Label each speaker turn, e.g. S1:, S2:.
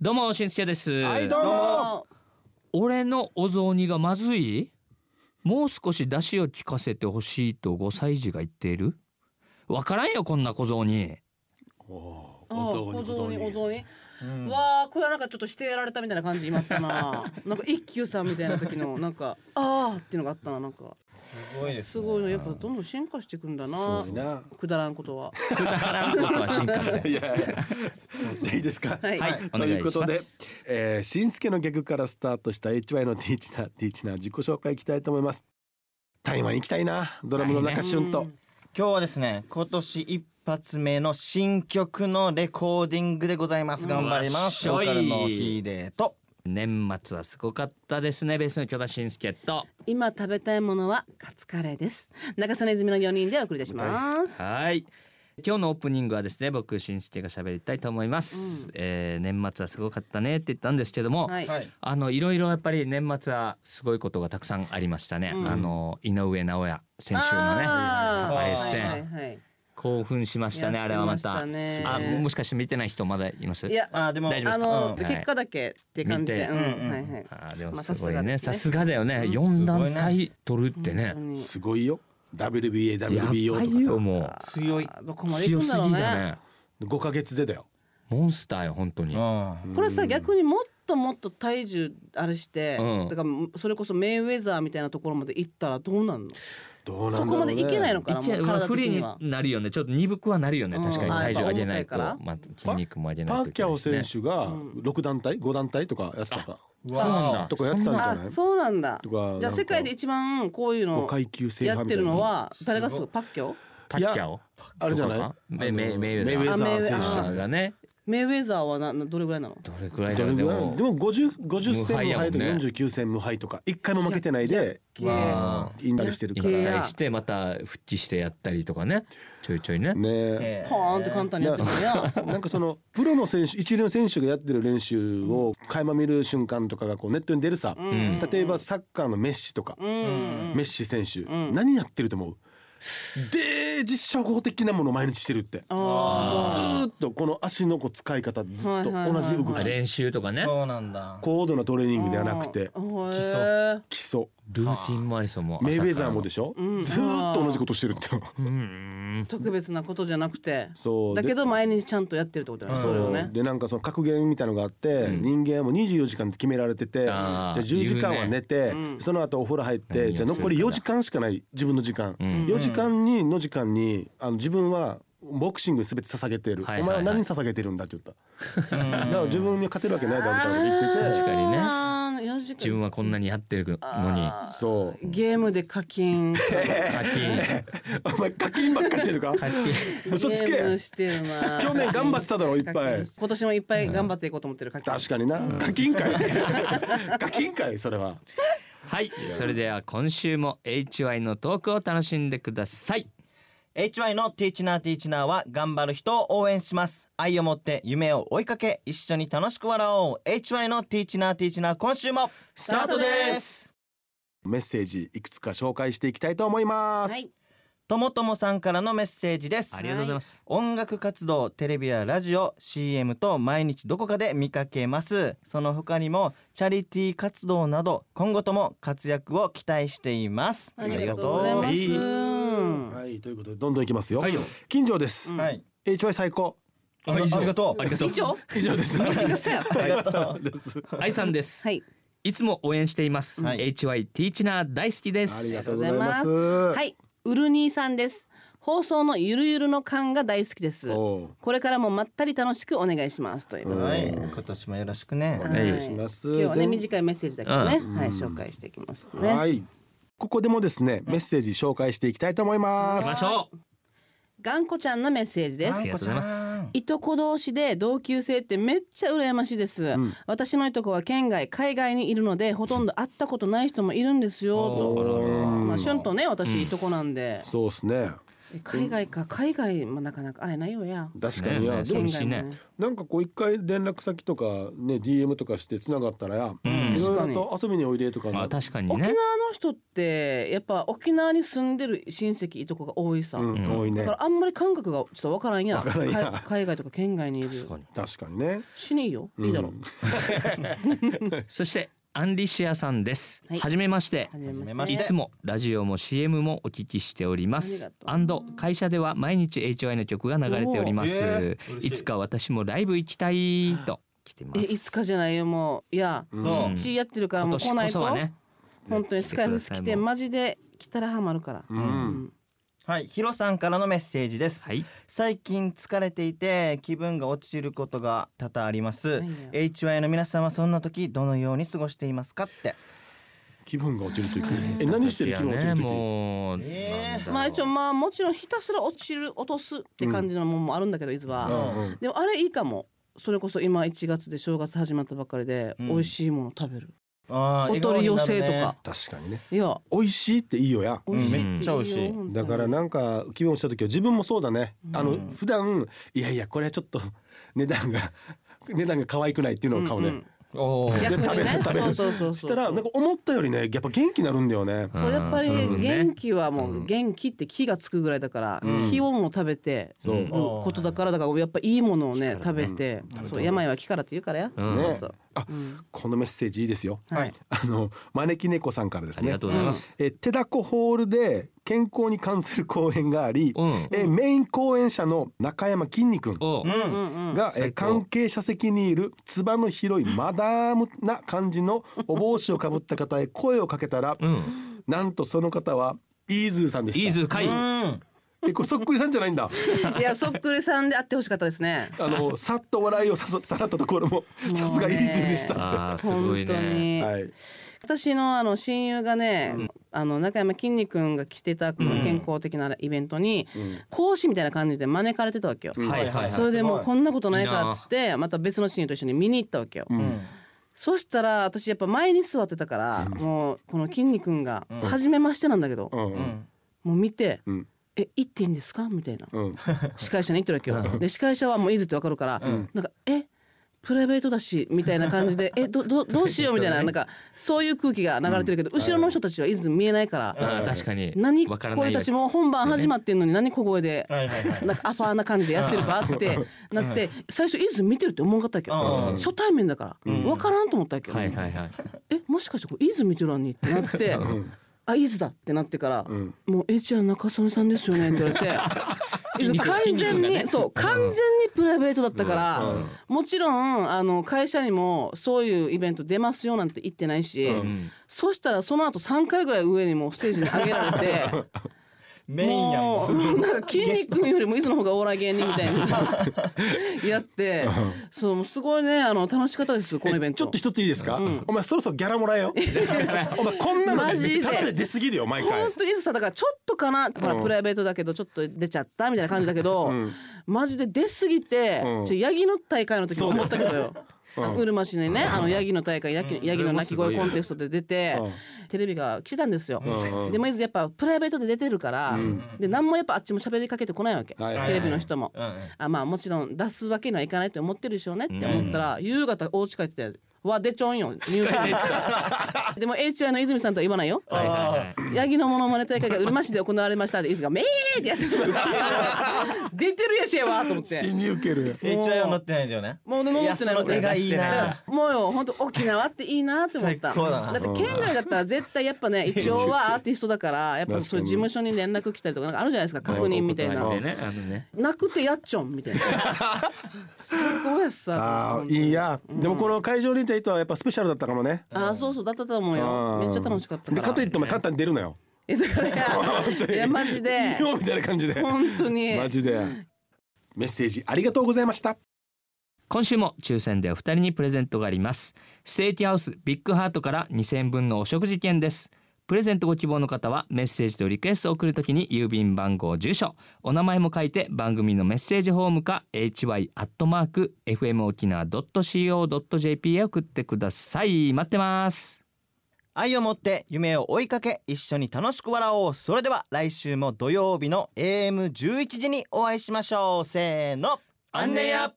S1: どうもしんすけです、
S2: はいどうも
S1: 俺のお雑煮がまずいもう少し出汁を効かせてほしいと5歳児が言っているわからんよこんな小雑煮
S2: お
S3: お
S2: 雑
S3: 雑
S2: 煮
S3: 煮
S2: お
S3: お
S2: 雑
S3: 雑
S2: 煮
S3: 煮、わあこれはなんかちょっとしてやられたみたいな感じ今ったななんか一休さんみたいな時のなんかああっていうのがあったななんか
S4: すごいです
S3: ごいのやっぱどんどん進化していくんだな
S2: そうな
S3: くだらんことは
S1: くだらんことは進化だね
S2: いやいやじゃあいいですか
S3: はいはい
S1: お
S2: と
S1: 願いします
S2: いうことで、えー、しんすけのギャグからスタートした HY のティーチナーティーチナー自己紹介いきたいと思います台湾行きたいなドラムの中旬と、
S4: 今日はですね今年一発目の新曲のレコーディングでございます頑張ります
S1: う
S4: ボ
S1: わっしょい
S4: ーカルのヒーデーと
S1: 年末はすごかったですねベースの巨田しんすけと
S3: 今食べたいものはカツカレーです中曽根泉の4人でお送りいたします
S1: はい今日のオープニングはですね僕しんすけが喋りたいと思います、えー年末はすごかったねって言ったんですけども、
S3: はい、
S4: はい
S1: あのいろいろやっぱり年末はすごいことがたくさんありましたね、あの井上尚弥選手のね
S3: あー
S1: パレス戦、
S3: はいはいはい
S1: 興奮しましたね
S3: や
S1: あ
S3: っ
S1: れ
S3: て
S1: はま
S3: ましたたね
S1: あもしかして見てない人まだいます
S3: いや
S4: あーでも
S1: 大丈夫で
S3: あ
S1: すか
S3: の、
S1: うん
S3: 結果だけって感じ
S1: 見
S3: で、
S1: て
S3: うん
S4: うんうん
S3: はいはい
S1: あーで
S3: ま
S1: も
S3: あ
S1: すごいねさ
S3: さ
S1: す
S3: す
S1: がだよね、四団体取るって
S3: 本
S1: ね
S3: 当に
S2: すごいよ WBA、
S1: やばい
S2: WBO
S1: よ
S2: とか
S1: も
S4: 強い
S3: どこ
S1: う
S3: まで
S1: 強
S3: 行くん
S1: す
S3: だろう
S1: ぎ
S3: ね
S1: だね
S2: さ5ヶ月でだよ
S1: モンスターよ本当に、
S4: うん
S3: これさ逆にもっともっと体重あれして、
S1: うん
S3: だからそれこそメイウェザーみたいなところまで行ったらどうなんの
S2: どうなんだろう、ね、
S3: そこまでいけないのかなも
S1: 一
S3: う
S1: 応
S3: 体
S1: 不
S3: 的
S1: 利
S3: に
S1: に
S3: は。
S1: なるよねちょっと鈍くはなるよね
S3: うん
S1: 確かに体重上げないと、
S3: あやっぱ重たいから
S1: まあ、筋肉も上げない
S2: パ
S1: と
S2: ー
S1: いけ
S2: キャ
S1: ない
S2: オ
S1: し、ね、
S2: 選手が6団体5団体とかやってたか
S4: う
S1: そうなんだ
S4: わ
S2: とかやってたんじゃな
S3: あ
S2: い
S3: そうなんだ
S2: とか
S3: じゃあ世界で一番こうい
S2: 5
S3: うの
S2: 階級制
S3: や
S2: 覇
S3: っ
S2: み
S3: て
S2: たい
S3: る
S2: な
S3: のは誰がすごいパッキョ
S1: パッキャオ
S2: あれじゃない
S1: とかかメメメイウェザー
S2: メイウェザー
S3: あメイウ
S2: 選
S3: ェザ
S1: あ
S2: 手
S1: ーがね
S3: メイウェザーはななどれぐらいなの
S1: どれくらい
S2: ど
S1: だろ
S2: れ
S1: うで
S2: ぐらい
S1: も
S2: でも 50, 50戦無敗と
S1: 無敗やもんね
S2: 49戦無敗とか一回も負けてないで
S1: わ
S2: 引退してるか
S1: 引
S2: らね
S3: や
S1: 退してまた復帰してやったりとかねちょいちょいね
S2: え
S4: え
S3: ポーンって簡単にやってるのや
S2: なんかそのプロの選手一流の選手がやってる練習を垣間見る瞬間とかがこうネットに出るさ、
S3: ん
S2: 例えばサッカーのメッシとか、
S3: うん
S2: メッシ選手、何やってると思うで実証法的なものを毎日してるってず
S3: あ
S2: ーっとこの足のこう使い方ずっ
S3: はい
S2: と
S3: はいはい
S2: 同
S3: はい
S2: じ動き、
S1: 練習とかね
S4: そうなんだ
S2: 高度なトレーニングではなくて
S3: ー
S4: 基礎
S3: へー
S2: 基礎
S1: ルーティンもありそうもう
S2: メイウェ
S1: 朝か
S2: ザ
S1: ら
S2: ーもでしょ、ずーっと同じことしてるってよ
S3: 特別なことじゃなくて
S2: そう
S3: だ
S2: で
S3: けど毎日ちゃんとやってるってことだよね
S2: そ
S3: それを
S2: う
S3: ね
S2: でなんかその格言みたいのがあって、人間はもう24時間って決められててじゃ
S1: あ
S2: あ
S1: ー
S2: 10時間は寝て、その後お風呂入って、
S1: うん
S2: じゃあ残り4時間しかない自分の時間、4時間にの時間にあの自分はボクシングに全て捧げてる、
S1: はいはいはい
S2: お前は何に捧げてるんだって言った、だから自分に勝てるわけないだろみたいなこと言っ
S1: 確
S2: てて
S1: かにね
S3: あー四時間
S1: 自分はこんなにやってるのに
S2: そう
S3: ゲームで課 金
S1: 課金
S2: お前課金ばっかしてるか
S1: 課金
S2: 嘘つ
S3: ゲーム
S2: け
S3: してるな
S2: 去年頑張ってただろいっぱい
S3: 今年もいっぱい頑張っていこうと思ってる課金
S2: 確かにな課金かい 課金かいそれは
S1: はいそれでは今週も HY のトークを楽しんでください
S4: HY のティーチナーティーチナーは頑張る人を応援します愛を持って夢を追いかけ一緒に楽しく笑おう HY のティーチナーティーチナー今週もス
S1: タートです
S2: メッセージいくつか紹介していきたいと思います、
S3: はい
S4: ともともさんからのメッセージです
S1: ありがとうございます
S4: 音楽活動テレビやラジオ CM と毎日どこかで見かけますその他にもチャリティー活動など今後とも活躍を期待しています
S3: ありがとうござい
S4: あ
S3: ま
S4: り
S3: すうん
S2: はい、ということでどんどんいきますよ。
S1: はいよ
S2: 近所です。
S4: がとうはい、
S2: HY 最高。
S4: ありがとう
S1: ありがとう
S3: 以上
S2: 以上 です。
S3: 短さよ
S2: ありがとうです。
S1: 愛さんです、、
S3: はいい
S1: つも応援しています、
S4: はい
S1: HY ティーチナー大好きで
S2: ありが
S1: す
S2: とうございます。
S3: はいウルニーさんです放送のゆるゆるの感が大好きです
S2: おう
S3: これからもまったり楽しくお願いしますということで
S4: はい、今年もよろしくね
S1: 願い
S3: はい
S2: します
S3: 今日はね
S2: 全
S3: 短いメッセージだけどねはい紹介していきますね
S2: はい。ここでもですね、メッセージ紹介していきたいと思いま。
S1: 行きますしょう
S3: がんこちゃんのメッセージです
S1: ありがとうございます
S3: いとこ同士で同級生ってめっちゃ羨ましいです、私のいとこは県外海外にいるのでほとんど会ったことない人もいるんですよとまあ、シュンとね私いとこなんで、
S2: そうですね。
S3: え海外か海外もなかなか会えないよや
S2: 確かに
S1: ね
S2: や、
S1: ね
S2: でも
S1: 寂しいね
S3: 県外も
S2: なんかこう一回連絡先とかね DM とかしてつながったらや、
S1: うん
S2: いろいろと遊びにおいでとか
S1: あ
S2: な
S1: 確かに
S3: 沖縄
S1: ね
S3: の人ってやっぱ沖縄に住んでる親戚いとこが多いさ、
S2: うん、
S1: うん
S2: 多い
S3: だ
S2: ね
S3: からあんまり感覚がちょっとわからんや
S2: わからんや
S3: か海外とか県外にいる
S1: 確かに
S2: 確かにね
S3: しにいいよいいだろう、
S2: うん
S1: そしてアンリシアさんです
S3: はい
S1: はじめまして
S3: 初
S4: 初めまし
S1: い
S4: て
S1: つもラジオも CM もお聞きしておりま
S3: あ
S1: す
S3: り。が
S1: アンド会社では毎日 HY の曲が流れております。
S2: おー
S1: いつか私もライブ行きたいと来てま
S3: え
S1: す。
S3: いつかじゃないよもういや
S2: うん
S4: そう
S3: うちやってるから
S1: 今
S3: もう来
S1: 年こ
S3: ないと
S1: そはね。
S3: 本当にスカイフス
S1: 来
S3: 来
S1: てくださ
S3: て
S1: いもう
S3: マジで来たらハマるから、
S2: うん
S3: うん
S4: はい、ヒロさんからのメッセージです。
S1: はい。
S4: 最近疲れていて気分が落ちることが多々あります
S3: 何よ。
S4: HY の皆さんはそんな時どのように過ごしていますかって。
S2: 気分が落ちる時え何してる気分落ちる
S1: ね
S2: 時、
S1: もう。
S4: えー
S1: なんだろう
S3: まあ一応まあもちろんひたすら落ちる落とすって感じのもんもあるんだけど伊豆は、
S2: うんうん
S3: でもあれいいかもそれこそ今1月で正月始まったばっかりで、
S4: うん
S3: 美味しいもの食べる
S4: あー
S3: お取り寄せと。
S4: 笑顔になる
S3: か
S4: ね、
S2: 確かにね
S3: いや
S2: 美味しいっていいよや
S3: 美味しいっていいよ
S4: めっちゃ美味しい
S3: 本当に
S2: だからなんか気分落ちた時は自分もそうだね、あの普段いやいやこれはちょっと値段が値段が可愛くないっていうのを買うね、
S3: うんうん
S4: おお。
S3: 逆にね
S2: で食べる食べる
S3: そうそうそうそう
S2: したらなんか思ったよりねやっぱ元気になるんだよね、
S3: そうやっぱり
S1: うんその分ね
S3: 元気はもう元気って気がつくぐらいだから、
S2: うん
S3: 気をも食べて
S2: そう
S3: ることだからだからやっぱいいものをね食べて、そう病は気からって言うからや、
S1: うん
S2: ね
S3: そうそう、
S2: あ
S3: うん
S2: このメッセージいいですよ
S3: はい、
S2: あの招き猫さんからです
S1: あり
S2: ね
S1: がとうございます。
S2: え手だこホールで健康に関する講演があり、
S1: うん。
S2: えメイン講演者の中山きんに君
S1: お
S4: う。。
S3: うんんうん
S2: が、え
S1: 最高
S2: 関係者席にいるつばの広いマダムな感じのお帽子をかぶった方へ声をかけたら、
S1: うん。
S2: なんとその方はイーズーさんでした
S1: イーズ会。
S4: うん。
S2: えこれそっくりさんじゃないんだ
S3: いやそっくりさんであってほしかったですね
S2: あのさっと笑いをさそさらったところも
S3: うね
S2: さすがイーズーでしたって
S1: あ
S2: は
S1: あすごい
S3: 本当
S1: ね。
S3: に、
S2: い
S3: 私のあの親友がね、あの中山きんに君が来てたこの健康的なイベントに、講師みたいな感じで招かれてたわけよ、
S1: はいはいはい。
S3: それでもうこんなことないからっつ
S1: す
S3: ってまた別の親友と一緒に見に行ったわけよ、
S4: うん。
S3: そしたら私やっぱ前に座ってたから、もうこのきんに君が「初めましてなんだけど、
S2: うんう
S4: うんん。
S3: もう見て
S2: うん
S3: 「え行っていいんですか?」みたいな
S2: うん
S3: 司会者に言ってるわけよ。で司会者はもういいずってわかるから、なんか「えプライベートだし」みたいな感じで「えどどどうしよう」みたいななんかそういう空気が流れてるけど、後ろの人たちはいず見えないから「
S1: あー確かに。
S3: 何
S1: わ
S3: こ
S1: からな
S3: れ
S1: いよ
S3: たちもう本番始まってんのに何小声で」
S4: はいはいはい。
S3: なんかアファーな感じでやってるかってなって最初イズ見てるって思わんかったわけ
S4: うん
S3: ど初対面だから分からんと思ったわけど
S1: はいはいはい。
S3: えもしかしてこれイズ見てるのにってなってあイズだってなってから
S2: ん
S3: 「もう H の中曽根さんですよね」って言われて。 イズ完全にそう完全にプライベートだったからもちろんあの会社にもそういうイベント出ますよなんて言ってないし
S1: ん
S3: そしたらその後3回ぐらい上にもうステージに上げられて
S4: メインやん。
S3: も
S4: す
S3: う
S4: ごい
S3: なんか筋肉よりもいつの方がオーラ芸人みたいなやってそうもうすごいねあの楽しかったですこのイベン
S2: ちょ
S3: ト
S2: っと一ついいですか、お前そろそろギャラもらえよお前こんな
S3: マ
S2: の
S3: ジ
S2: で
S3: で
S2: ただで出過ぎるよ毎回
S3: 本当にいつさだからちょっとかな、ほらプライベートだけどちょっと出ちゃったみたいな感じだけ ど、マジで出過ぎて、
S2: うん
S3: ちょヤギの大会の時も思ったけどよ。うるま市にねあのヤギの大会ヤギ,、ヤギの鳴き声コンテストで出て、テレビが来てたんですよ、でもいずやっぱプライベートで出てるから、で何もやっぱあっちも喋りかけてこないわけ、
S2: はいはい
S3: テレビの人も、
S4: うんうん
S3: あまあもちろん出すわけにはいかないと思ってるでしょうねって思ったら、夕方お家帰ってわ出ちょんよニュースでも HY の泉さんとは言わないよ
S1: はいはいはい。
S3: ヤギのモノマネ大会がうるま市で行われましたで伊豆が「めー!」ってやってる出てるやしやわと思っ
S2: 死
S3: て
S2: に受ける
S4: HY は乗ってないんだよね。
S3: もう飲んでないの
S4: いやそれがいいな
S3: もうよ本当沖縄っていいなって思った
S4: 最高だな
S3: って県外だったら絶対やっぱね一応はアーティストだからやっぱそういう事務所に連絡来たりとかなんかあるじゃないですか確認みたいな
S1: お断りでねあのね。
S3: なくてやっちょんみたいな最高やっさ
S2: ああいいや、でもこの会場にいた人はやっぱスペシャルだったかもね
S3: あーそうそうだったと思う
S2: あ
S3: よ
S2: ー
S3: めっちゃ楽しかった
S2: で
S3: か
S2: からといってお前簡単に出るなよ
S3: えだからいやいやマジで
S2: よ みたいな感じで
S3: 本当に
S2: マジでメッセージありがとうございました
S1: 今週も抽選でお二人にプレゼントがありますステーキハウスビッグハートから2000分のお食事券ですプレゼントご希望の方はメッセージとリクエストを送るときに郵便番号住所お名前も書いて番組のメッセージホームか hy.fmokina.co.jp へ送ってください待ってます
S4: 愛を持って夢を追いかけ一緒に楽しく笑おうそれでは来週も土曜日の AM11 時にお会いしましょうせーの
S1: アンネヤ